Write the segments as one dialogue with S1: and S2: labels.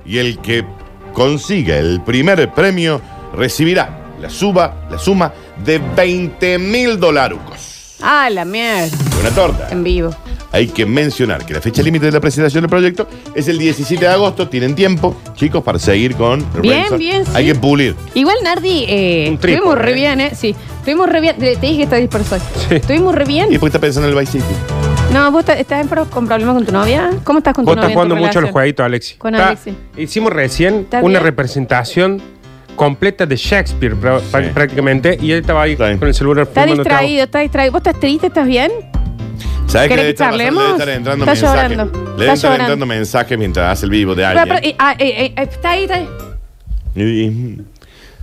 S1: y el que consiga el primer premio recibirá la suba, la suma de 20 mil dolarucos.
S2: Ah, la mierda.
S1: Una torta.
S2: En vivo.
S1: Hay que mencionar que la fecha límite de la presentación del proyecto es el 17 de agosto. Tienen tiempo, chicos, para seguir con
S2: Bien,
S1: el brainstorm.
S2: bien, sí.
S1: Hay que pulir.
S2: Igual, Nardi, eh,
S3: Un trípode,
S2: estuvimos re
S3: eh.
S2: bien, ¿eh? Sí, estuvimos re bien. Te te dije que está disperso hoy.
S3: Sí.
S2: Estuvimos re
S1: Y
S2: bien.
S1: después está pensando en el Vice City.
S2: No, vos estás- estás en pro- con problemas con tu novia. ¿Cómo estás con tu
S3: Vos
S2: novia?
S3: estás
S2: en tu
S3: jugando mucho al
S2: relación?
S3: jueguito, Alexi.
S2: Con
S3: Está-
S2: Alexi.
S3: Hicimos recién
S2: Está
S3: una
S2: bien.
S3: representación completa de Shakespeare pra- pra- prácticamente y él estaba ahí
S1: Está bien.
S3: con el celular
S2: Está
S3: fumando trago.
S2: distraído, está distraído. ¿Vos estás triste? ¿Estás bien?
S1: ¿Sabes qué
S2: ¿Querés que
S1: le está pasando?
S2: charlemos?
S1: Debe estar entrando
S2: Está
S1: mensajes.
S2: llorando.
S1: Le
S2: Está
S1: deben estar
S2: llorando.
S1: entrando mensajes mientras hace el vivo de
S2: Pero, pero,
S1: alguien.
S2: eh, ah, eh, eh, está ahí, está ahí.
S1: Y- y-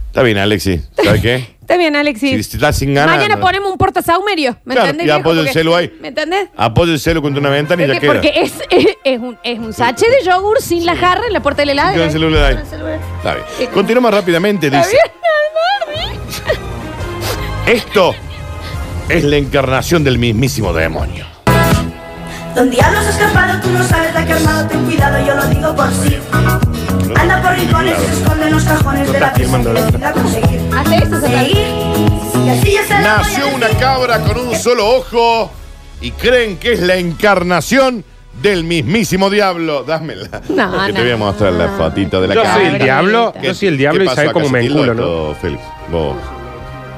S1: Está bien, Alexi. ¿Sabes qué?
S2: Está bien, Alexis.
S1: Si estás sin ganas.
S2: Mañana
S1: no.
S2: ponemos un portasaumerio. ¿Me
S1: Claro,
S2: entendés?
S1: y
S2: viejo?
S1: apoyo el
S2: Porque-
S1: celu ahí.
S2: ¿Me entendés?
S1: Apoya el celo contra una ventana y ya
S2: Porque,
S1: queda.
S2: porque es, es, un, es un sachet de yogur sin la jarra en la puerta del helado.
S1: Queda el celular ahí. Está bien. Continuamos rápidamente.
S2: ¿Está
S1: Dice: Esto es la encarnación del mismísimo demonio.
S4: Donde diablos has escapado, tú no sabes la que has armado, ten cuidado, yo lo digo por sí. Anda por rincones y se esconde en los cajones de la prisión que decida conseguir.
S2: Hace eso,
S4: Seguir, y así ya se la
S1: Nació
S4: voy a
S1: una
S4: decir.
S1: cabra con un solo ojo y creen que es la encarnación del mismísimo diablo. Dámela.
S2: No,
S1: que te
S2: no.
S1: voy a mostrar la fotita de la
S3: Yo
S1: cabra.
S3: soy el diablo,
S2: ¿Qué-
S3: yo soy el diablo y
S1: pasó
S3: sabe
S1: acá?
S3: cómo
S1: ¿Se
S3: me
S1: tildó
S3: enculo, ¿no?
S1: esto, Félix, vos.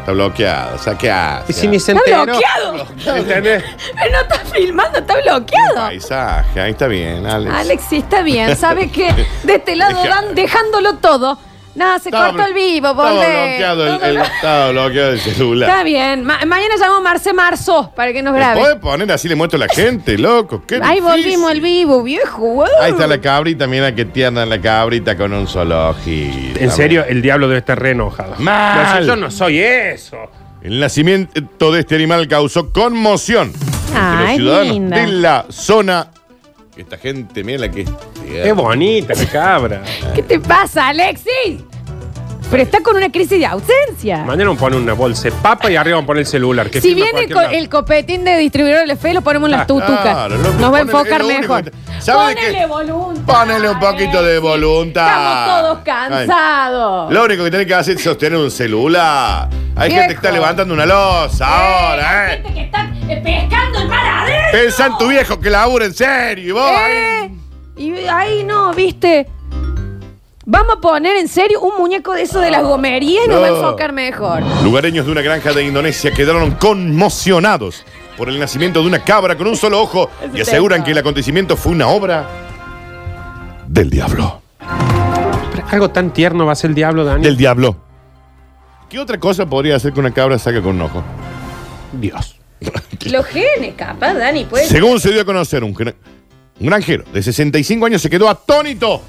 S1: Está bloqueado, saqueado.
S3: Y si ni se
S2: Está
S3: enteró.
S2: bloqueado.
S3: ¿Entendés?
S2: Pero no está filmando, está bloqueado.
S1: Paisaje, ahí está bien, Alex.
S2: Alex, sí está bien. ¿Sabe qué? De este lado
S1: Deja.
S2: dan dejándolo todo. Nada, se
S1: Estaba
S2: cortó el vivo,
S1: estaba
S2: volvé.
S1: bloqueado el,
S2: Todo
S1: el-
S2: lo-
S1: estaba bloqueado el celular.
S2: Está bien. Ma- mañana llamo a Marce Marzo para que nos
S1: ¿Me
S2: grabe.
S1: podés poner así le muestro a la gente, loco? Qué
S2: Ahí
S1: difícil.
S2: volvimos el vivo, viejo.
S1: Ahí está la cabrita, mira que tierna la cabrita con un solo ojito.
S3: En serio, el diablo debe estar re enojado.
S1: Mal.
S3: No, si yo no soy eso.
S1: El nacimiento de este animal causó conmoción entre los
S2: Ay,
S1: ciudadanos
S2: linda.
S1: de la zona. Esta gente, mira la que es tierna.
S3: Qué bonita la cabra.
S2: ¿Qué te pasa, Alexis? Pero está con una crisis de ausencia.
S3: Mañana vamos a poner una bolsa de papa y arriba vamos a poner el celular. que
S2: Si
S3: firma
S2: viene
S3: cualquier
S2: co-
S3: lado.
S2: el copetín de distribuidor de fe, lo ponemos en las tutucas.
S1: Ah, claro, loco,
S2: Nos va a
S1: ponele-
S2: enfocar
S1: es lo único
S2: mejor.
S1: que- ¿sabe
S2: ponele
S1: qué?
S2: voluntad.
S1: Ponele un poquito de
S2: Alexis.
S1: voluntad.
S2: Estamos todos
S1: Ay.
S2: cansados.
S1: Lo único que tenés que hacer es sostener un celular. Hay
S2: Viejo.
S1: gente que está levantando una losa ahora,
S2: Hay
S1: ¿eh?
S2: gente que está eh, pescando el mar adentro.
S1: Pensá en tu viejo que labura en serio. Y vos, ahí-
S2: Eh, Y ahí no, viste. Vamos a poner en serio un muñeco de eso de
S1: Ah.
S2: las gomerías y nos va a
S1: No.
S2: enfocar mejor.
S1: Lugareños de una granja de Indonesia quedaron conmocionados por el nacimiento de una cabra con un solo ojo y aseguran que el acontecimiento fue una obra del diablo.
S3: Pero Algo tan tierno va a ser el diablo, Daniel.
S1: Del diablo. ¿Qué otra cosa podría hacer que una cabra saque con un ojo?
S3: Dios.
S2: Los genes, capaz, Dani, puede ser.
S1: Según se dio a conocer, un, gran- un granjero de 65 años se quedó atónito.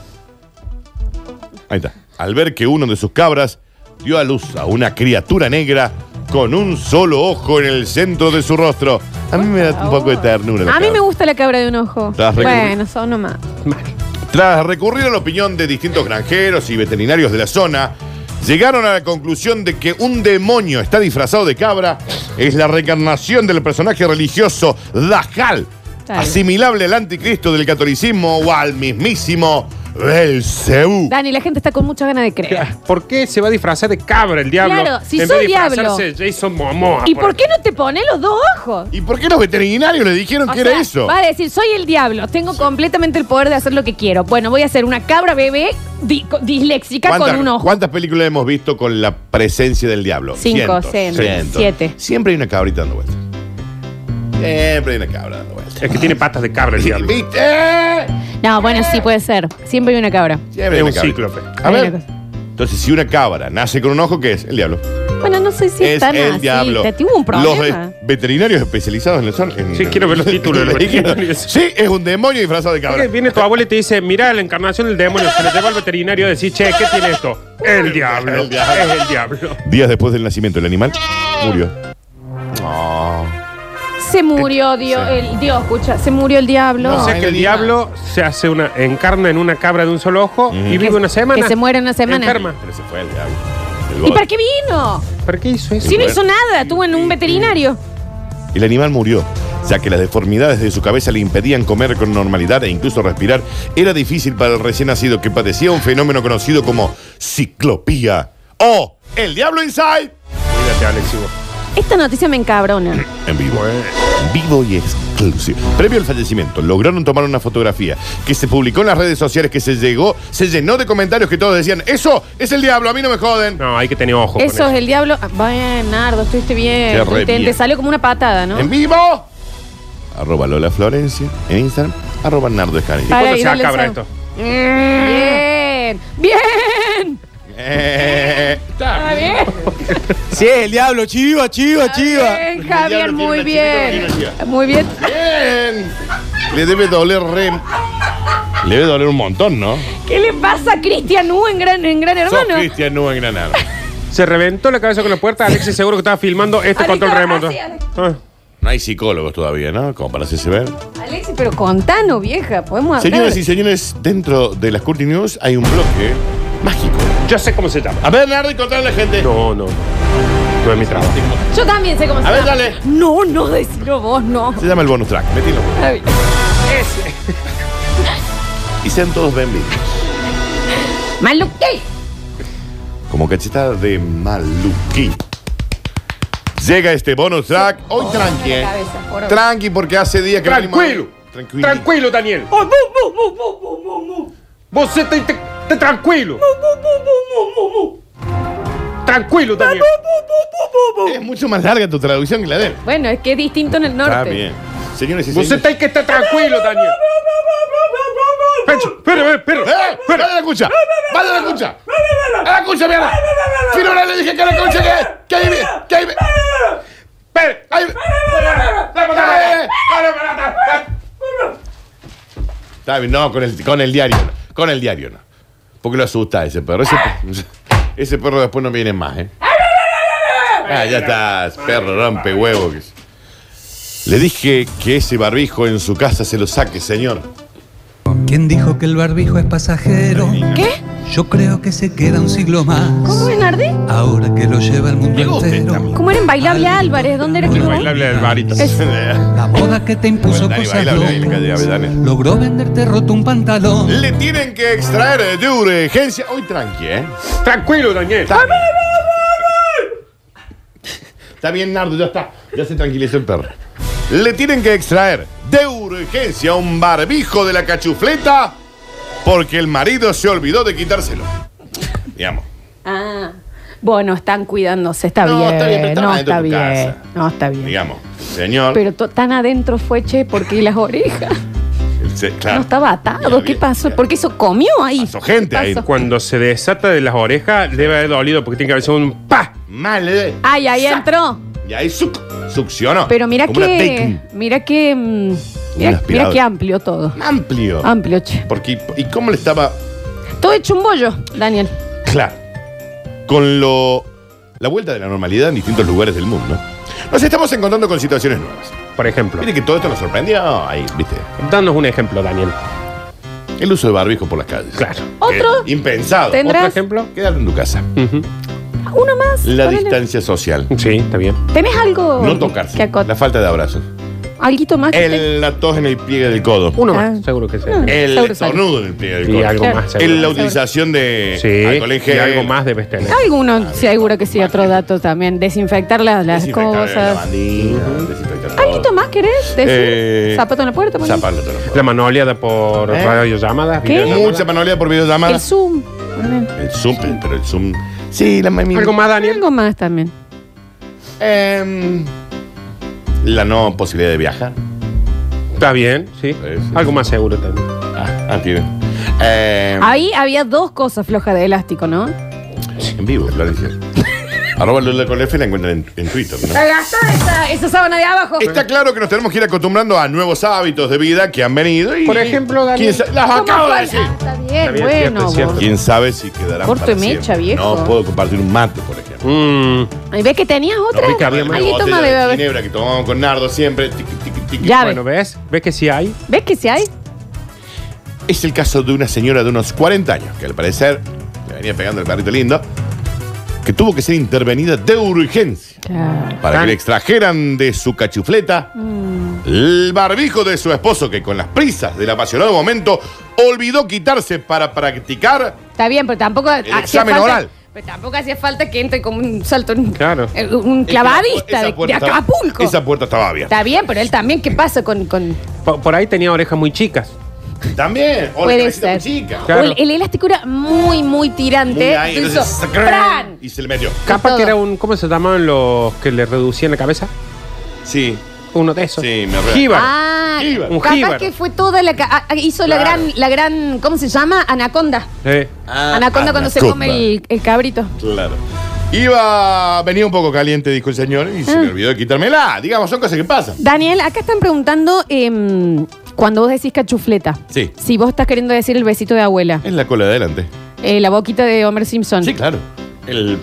S1: Ahí está. Al ver que uno de sus cabras dio a luz a una criatura negra con un solo ojo en el centro de su rostro. A mí me da un poco de ternura. la
S2: A mí me
S1: cabra.
S2: gusta la cabra de un ojo.
S1: Estás re
S2: Bueno,
S1: aburrido.
S2: son nomás.
S1: Tras recurrir a la opinión de distintos granjeros y veterinarios de la zona, llegaron a la conclusión de que un demonio está disfrazado de cabra es la reencarnación del personaje religioso Dajal,
S2: Está bien.
S1: asimilable al anticristo del catolicismo o al mismísimo Belcebú.
S2: Dani, la gente está con mucha ganas de creer.
S3: Ah, ¿Por qué se va a disfrazar de cabra el diablo?
S2: Claro, si
S3: en
S2: soy
S3: vez de disfrazarse
S2: diablo.
S3: de Jason Momoa.
S2: ¿Y por qué no te pones los dos ojos?
S1: ¿Y por qué los veterinarios le dijeron
S2: O
S1: que era
S2: sea,
S1: eso?
S2: Va a decir, soy el diablo, tengo completamente el poder de hacer lo que quiero. Bueno, voy a ser una cabra bebé di- co- disléxica
S1: ¿Cuántas,
S2: con un ojo.
S1: cuántas películas hemos visto con la presencia del diablo?
S2: Cinco,
S1: Cientos,
S2: seis,
S1: cientos.
S2: siete.
S1: Siempre hay una cabrita dando vueltas. Siempre hay una cabra dando vueltas.
S3: Es que tiene patas de cabra el diablo.
S1: ¿Viste? ¡Eh!
S2: No, bueno, sí puede ser. Siempre hay una cabra.
S1: Siempre
S3: Es un
S1: una cabra.
S3: cíclope.
S1: A
S2: Hay
S1: ver.
S2: una cosa.
S1: Entonces, si una cabra nace con un ojo, ¿qué es? El diablo.
S2: Bueno, no sé si
S1: es
S2: están
S1: el
S2: así.
S1: diablo.
S2: Te tuvo un
S1: Los
S2: problema.
S1: eh, veterinarios especializados en la zona. en-
S3: Sí, quiero ver los títulos de los veterinarios.
S1: sí, es un demonio disfrazado de cabra.
S3: Porque viene tu abuela y te dice, mirá la encarnación del demonio. Se lo lleva al veterinario y decís, che, ¿qué tiene esto? El diablo.
S1: El diablo.
S3: Es el diablo.
S1: Días después del nacimiento, el animal murió. No.
S2: Se murió Dios,
S1: Sí.
S2: el Dios, escucha, se murió el diablo.
S1: No,
S3: o sea que el
S1: Elena.
S3: diablo se hace una, encarna en una cabra de un solo ojo y vive una semana.
S2: que se muere una semana.
S3: Enferma.
S1: Pero se fue el diablo. El
S2: ¿Y
S1: bote.
S2: para qué vino?
S3: ¿Pero qué hizo eso?
S2: Si no
S1: bueno.
S2: hizo nada, estuvo en un veterinario.
S1: El animal murió, ya que las deformidades de su cabeza le impedían comer con normalidad e incluso respirar. Era difícil para el recién nacido que padecía un fenómeno conocido como ciclopía o el diablo inside.
S3: Mírate, Alex, y vos.
S2: Esta noticia me encabrona.
S1: En vivo. ¿eh? Vivo y exclusivo. Previo al fallecimiento, lograron tomar una fotografía que se publicó en las redes sociales que se llegó, se llenó de comentarios que todos decían, eso es el diablo, a mí no me joden.
S3: No, hay que tener ojo. con
S2: Eso es el diablo. Ah, Bueno, Nardo, estuviste bien.
S1: Qué re
S2: Te, te
S1: bien. Em-
S2: salió como una patada, ¿no?
S1: En vivo. Arroba Lola Florencia en Instagram. Arroba Nardo Escanilla.
S2: Para
S3: ¿Cuándo
S2: ir
S3: se
S2: al
S3: acabra
S2: examen.
S3: esto?
S2: Bien. Bien.
S1: Eh.
S2: Está bien.
S5: Sí, el diablo, chiva, chiva, chiva.
S2: Bien,
S1: Javier,
S2: Javier,
S1: tiene
S2: muy
S1: una
S2: bien.
S1: chiquita energía.
S2: Muy bien.
S1: Bien. Le debe doler re... Le debe doler un montón, ¿no?
S2: ¿Qué le pasa a Cristian U en Gran, en gran Hermano?
S1: Sos Cristian Nua en Granada.
S3: Se reventó la cabeza con la puerta. Alexis seguro que estaba filmando este
S2: Alex,
S3: control
S2: no,
S3: remoto.
S2: así, Alex.
S3: Ah.
S1: No hay psicólogos todavía, ¿no? Como para hacerse ver.
S2: Alexis, pero contanos, vieja. Podemos hablar.
S1: Señoras y señores, dentro de las Curti News hay un bloque mágico.
S3: Yo sé cómo se llama.
S1: A ver, Nardi, contale a la gente.
S3: No, no. No es mi trabajo.
S2: Yo también sé cómo se
S1: A ver,
S2: llama.
S1: dale.
S2: No, no, decilo vos, no.
S1: Se llama el bonus track. Metilo.
S2: Está bien.
S1: Y sean todos bienvenidos.
S2: Maluquín.
S1: Como cachetada de maluquín. Llega este bonus track. Hoy tranqui, eh.
S2: Oh, cabeza, por hoy.
S1: Tranqui porque hace días que no venimos-
S3: Tranquilo.
S1: Tranquilo.
S3: Tranquilo, Daniel.
S2: Oh,
S3: Vos te, te- te tranquilo. Tranquilo, Daniel.
S1: Es mucho más larga tu traducción que la de él.
S2: Bueno, es que es distinto en el norte.
S1: Está bien. Señores y
S3: Vos
S1: señores.
S3: tenés que estar tranquilo, Daniel. Pecho, Espera, espera,
S1: ¡Eh! ¡Vale a la cucha! ¡Vale a la cucha! ¡A la cucha, mierda! Si no, no le dije que a la cucha que... ¡Que ahí ve- ¡Que ahí ve-
S3: espera.
S1: ahí ve- ¡Eh! Está bien, no, con el, con el diario no. Con el diario no. Porque lo asusta ese perro. Ese, perro- ese perro después no viene más, ¿eh? Ah, ya estás, perro rompe huevo. que es. Le dije que ese barbijo en su casa se lo saque, señor.
S6: ¿Quién dijo que el barbijo es pasajero?
S2: ¿Qué?
S6: Yo creo que se queda un siglo más.
S2: ¿Cómo era Nardi?
S6: Ahora que lo lleva el mundo
S1: Llegó usted
S6: entero.
S1: también.
S2: ¿Cómo era en Bailable Álvarez? ¿Dónde era que
S6: El
S2: iba?
S3: bailable del barito.
S6: La moda que te impuso
S1: Dani,
S6: cosas
S1: bailable ahí en la calle
S6: locas.
S1: Avellaneda.
S6: Logró venderte roto un pantalón.
S1: Le tienen que extraer de urgencia. Hoy tranqui, ¿eh?
S3: Tranquilo, Daniel.
S1: Está bien. Está bien, Nardo, ya está. Ya se tranquilizó el perro. Le tienen que extraer de urgencia un barbijo de la cachufleta porque el marido se olvidó de quitárselo. Digamos.
S2: Ah. Bueno, están cuidándose, está
S1: No,
S2: bien.
S1: está bien, pero están
S2: no
S1: adentro
S2: está
S1: de
S2: bien.
S1: tu casa.
S2: No está bien.
S1: Digamos. Señor.
S2: Pero to- tan adentro fue, che, porque las orejas.
S1: el se- claro.
S2: No estaba atado.
S1: Había-
S2: ¿Qué pasó?
S1: había-
S2: ¿Por qué eso comió ahí?
S1: Pasó gente ahí.
S2: Pasó.
S3: Cuando se desata de las orejas, debe haber dolido porque tiene que haber sido un pa.
S1: Mal, ¿eh?
S2: Ay, ahí
S1: Sa-
S2: entró.
S1: Y ahí suc succionó.
S2: Ah. Pero mira
S1: Como una
S2: que.
S1: técnica.
S2: Mira que. mm, Mira, mira
S1: aspiradora.
S2: que amplio todo.
S1: Amplio.
S2: Amplio, che.
S1: Porque, ¿Y cómo le estaba
S2: Todo hecho un bollo, Daniel.
S1: Claro. Con lo. La vuelta de la normalidad en distintos lugares del mundo. Nos estamos encontrando con situaciones nuevas.
S3: Por ejemplo.
S1: Mire que todo esto nos sorprendió ahí, viste.
S3: Danos un ejemplo, Daniel.
S1: El uso de barbijo por las calles.
S3: Claro.
S2: Otro.
S1: Eh, impensado.
S2: Ten-
S3: ¿Otro
S2: ¿Tendrás?
S3: ejemplo?
S1: Quédate en tu casa.
S3: Mm.
S2: Uno más.
S1: La
S2: ponele.
S1: distancia social.
S3: Sí, está bien.
S2: ¿Tenés algo?
S1: No tocarse.
S2: Que acot-
S1: La falta de abrazos.
S2: Alguito más que te-
S1: El, la tos en el pliegue del codo.
S3: Uno
S2: Ah.
S3: más, seguro que sí.
S1: El
S2: Seguro sale.
S1: estornudo en el pliegue del
S3: Y
S1: codo.
S3: algo
S2: Claro.
S3: más, seguro.
S1: El- la utilización de alcohol en
S3: Sí,
S1: gel.
S3: y algo más debes tener.
S2: Alguno, seguro que sí, otro dato también. Desinfectar las, las
S1: Desinfectar la
S2: cosas.
S1: bandina, desinfectar todo.
S2: ¿Alguito más querés? Decir?
S1: Eh,
S2: Zapato en la puerta. ponele.
S1: Zapato en la puerta.
S3: La manoleada por
S1: ¿Eh?
S3: radiollamadas.
S2: ¿Qué?
S3: videollamadas.
S1: Mucha manualidad por videollamada.
S2: El Zoom. ponele.
S1: El Zoom, pero el Zoom. Sí, la mami.
S3: ¿Algo más, Daniel?
S2: Algo más también.
S1: Em, la no posibilidad de viajar.
S3: Está bien, sí.
S1: Sí, sí.
S3: Algo más seguro también.
S1: Ah, ah, tiene. Em,
S2: Ahí había dos cosas flojas de elástico, ¿no?
S1: en vivo, Florencia. Arroba Lola con F la encuentran en, en Twitter. ¿no?
S2: La gastada esa, esa sábana de abajo.
S1: Está claro que nos tenemos que ir acostumbrando a nuevos hábitos de vida que han venido y.
S3: Por ejemplo, Daniel.
S1: ¿Quién sa- Las
S2: ¿Cómo
S1: acabo de
S2: cuál?
S1: decir.
S2: Ah, Está bien,
S3: Está bien,
S2: bueno.
S3: cierto, cierto.
S2: vos.
S1: ¿Quién sabe si quedarán
S2: Corto
S1: para
S2: y mecha,
S1: siempre?
S2: viejo.
S1: No puedo compartir un mate, por ejemplo.
S3: Mm,
S2: Ay, ¿Ves que tenías otra?
S3: No, vi que había
S2: Alguito
S3: más.
S1: Una botella
S2: más debe
S1: de
S2: haber.
S1: ginebra que tomamos con Nardo siempre. tiqui, tiqui, tiqui.
S2: Ya
S3: bueno, ¿ves? ¿Ves que sí hay?
S2: ¿Ves que sí hay?
S1: Es el caso de una señora de unos 40 años, que al parecer le venía pegando el perrito lindo, que tuvo que ser intervenida de urgencia
S2: Claro.
S1: para que
S3: Ah.
S1: le extrajeran de su cachufleta el barbijo de su esposo, que con las prisas del apasionado momento olvidó quitarse para practicar.
S2: Está bien, pero tampoco. hacía
S1: Eh, examen
S2: falta-
S1: oral.
S2: Pero tampoco hacía falta que entre como un salto. en-
S3: Claro.
S2: eh, Un
S1: Esa
S2: clavadista de, de
S1: puerta estaba-
S2: Acapulco.
S1: esa puerta estaba abierta.
S2: Está bien, pero él también, ¿qué pasa con.? con-
S3: Por, por ahí tenía orejas muy chicas.
S1: También, o la
S2: Puede
S1: cabecita
S2: ser.
S1: muy chica.
S3: Claro.
S2: o el, el elástico era muy, muy
S1: Muy
S2: tirante.
S1: ahí,
S2: Entonces,
S1: entonces,
S2: hizo
S1: sacrán,
S2: ¡Fran!
S1: y se le metió.
S3: Capaz
S2: todo.
S3: que era un. ¿Cómo se llamaban los que le reducían la cabeza?
S1: Sí,
S3: Uno de esos.
S1: Sí, me re-
S3: Jíbaro.
S2: Ah,
S1: Jíbaro.
S3: Un
S2: capaz
S3: jíbaro.
S2: que fue toda la. ca- ah, ah, hizo la
S1: Claro.
S2: gran, la gran. ¿Cómo se llama? Anaconda.
S3: Sí.
S2: anaconda cuando se
S1: Ah, anaconda.
S2: come el, el cabrito.
S1: Claro. Iba, venía un poco caliente, dijo el señor, y se me olvidó de quitármela. Digamos, son cosas que pasan.
S2: Daniel, acá están preguntando em, cuando vos decís cachufleta.
S1: Sí.
S2: Si vos estás queriendo decir el besito de abuela,
S1: Es la cola de adelante.
S2: eh, la boquita de Homer Simpson,
S1: Sí, claro. El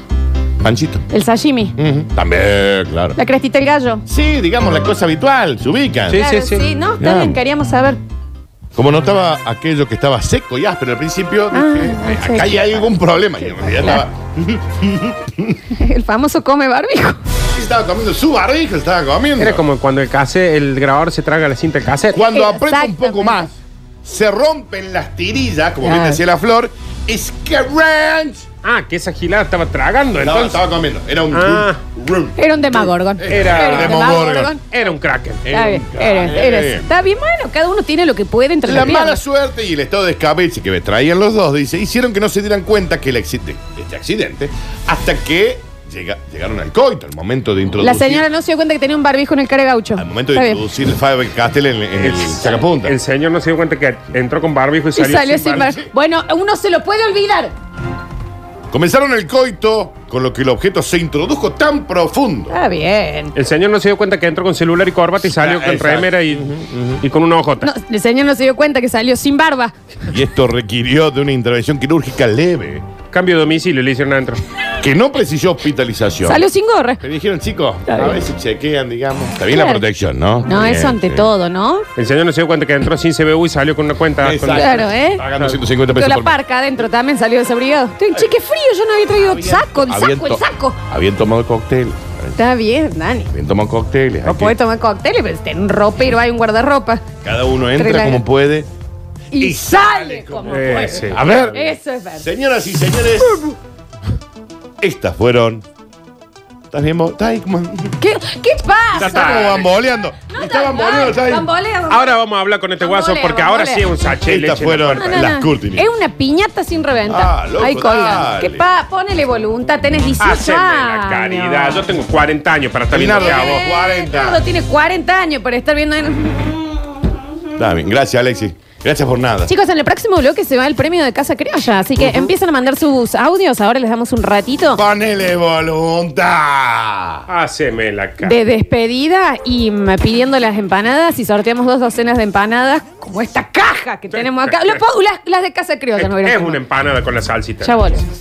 S1: panchito.
S2: el sashimi,
S1: Ujú. También, claro.
S2: la crestita del gallo.
S1: Sí, digamos, la cosa habitual, se ubican.
S3: Sí.
S2: claro, sí, no, está
S1: Ya.
S2: bien, queríamos saber.
S1: Como notaba aquello que estaba seco y áspero al principio,
S2: Ah,
S1: dije,
S2: ah,
S1: "Eh,
S2: sí,
S1: acá hay algún problema. Y en realidad estaba,
S2: El famoso come barbijo.
S1: estaba comiendo su barriga, estaba comiendo.
S3: Era como cuando el cassette, el grabador se traga la cinta del cassette.
S1: Cuando aprieta un
S2: Exactamente.
S1: poco más, se rompen las tirillas, como bien
S2: Claro.
S1: decía la flor. Es que ranch.
S3: Ah, que esa gilada estaba tragando,
S1: No,
S3: entonces.
S1: estaba comiendo. Era un.
S3: Ah.
S1: rum,
S2: Era un demagorgon.
S3: Era
S2: un
S1: demagorgon.
S3: Era un cracker.
S2: Está bien, eres, eres. Está bien, bueno, cada uno tiene lo que puede entre
S1: La
S2: las piernas.
S1: mala suerte y el estado de escabeche que me traían los dos, dice, hicieron que no se dieran cuenta que el accidente, este accidente, hasta que llega- llegaron al coito, al momento de introducir.
S2: La señora no se dio cuenta que tenía un barbijo en el cara de gaucho.
S1: Al momento de
S2: Está bien.
S1: introducir el Faber Castell en, en el sacapunta.
S3: El señor no se dio cuenta que entró con barbijo y
S2: Y
S3: salió,
S2: salió sin barbijo. Bueno, uno se lo puede olvidar.
S1: Comenzaron el coito, con lo que el objeto se introdujo tan profundo.
S2: Está bien.
S3: El señor no se dio cuenta que entró con celular y corbata y salió
S1: Ah,
S3: con
S1: exacto.
S3: remera y, y con una ojota.
S2: No, el señor no se dio cuenta que salió sin barba.
S1: Y esto requirió de una intervención quirúrgica leve,
S3: Cambio de domicilio le hicieron adentro.
S1: que no precisó hospitalización.
S2: Salió sin gorra.
S1: Pero dijeron, chicos, a
S2: bien.
S1: veces chequean, digamos. Está bien la
S2: Claro.
S1: protección, ¿no?
S2: No,
S1: Bien,
S2: eso ante
S1: sí.
S2: todo, ¿no?
S3: El señor no se dio cuenta que entró sin CBU y salió con una cuenta. con-
S1: Exacto.
S2: Claro, ¿eh?
S1: Pagando 150 pesos
S2: Pero la
S1: por mes.
S2: parca adentro también salió desabrigado. Estoy, che, qué frío, yo no había traído saco, el
S1: Habían
S2: saco, el
S1: to-
S2: saco.
S1: Habían tomado cóctel.
S2: Está bien, Dani.
S1: Habían tomado cócteles.
S2: No
S1: Aquí
S2: podés tomar cócteles, pero tenés un ropero, hay un guardarropa.
S1: Cada uno
S2: Relaja.
S1: entra como puede.
S2: Y,
S1: Y
S2: sale como
S3: Eh,
S2: puede.
S3: sí.
S1: A ver,
S2: Eso es verdad.
S1: señoras y señores, estas fueron. ¿Estás bien? Bo- ¿Estás ahí como.?
S2: ¿Qué, qué pasa?
S3: Ya
S1: Está como bamboleando.
S2: No,
S1: Está
S2: no,
S1: bamboleando, está ahí.
S2: bambolea, bambolea.
S3: Ahora vamos a hablar con este
S2: Bambolea,
S3: guaso porque ahora
S2: bambolea.
S3: sí es un sachet. de
S1: Estas
S3: leche en la
S1: fueron
S3: mano.
S2: No, no,
S1: las
S2: no.
S1: Curtini.
S2: Es una piñata sin reventar.
S1: Ah, loco,
S2: Ahí colgada.
S1: dale.
S2: Que pa, ponele voluntad, tenés 18
S3: Haceme la
S2: años.
S3: caridad. Yo tengo 40 años para estar viendo
S1: Leonardo,
S3: a vos.
S2: Eh,
S1: 40.
S2: Nardo tiene 40 años para estar viendo. en-
S1: Está bien, gracias, Alexis. Gracias por nada.
S2: Chicos, en el próximo bloque se va el premio de Casa Criolla, así que empiezan a mandar sus audios. Ahora les damos un ratito
S1: Ponele voluntad.
S3: Haceme la caridad.
S2: de despedida y mm, pidiendo las empanadas y sorteamos dos docenas de empanadas, como esta caja que tenemos acá. Lo, po- las, las de Casa Criolla, no
S3: es
S2: verán.
S3: una empanada con la salsita.
S2: Ya volvemos.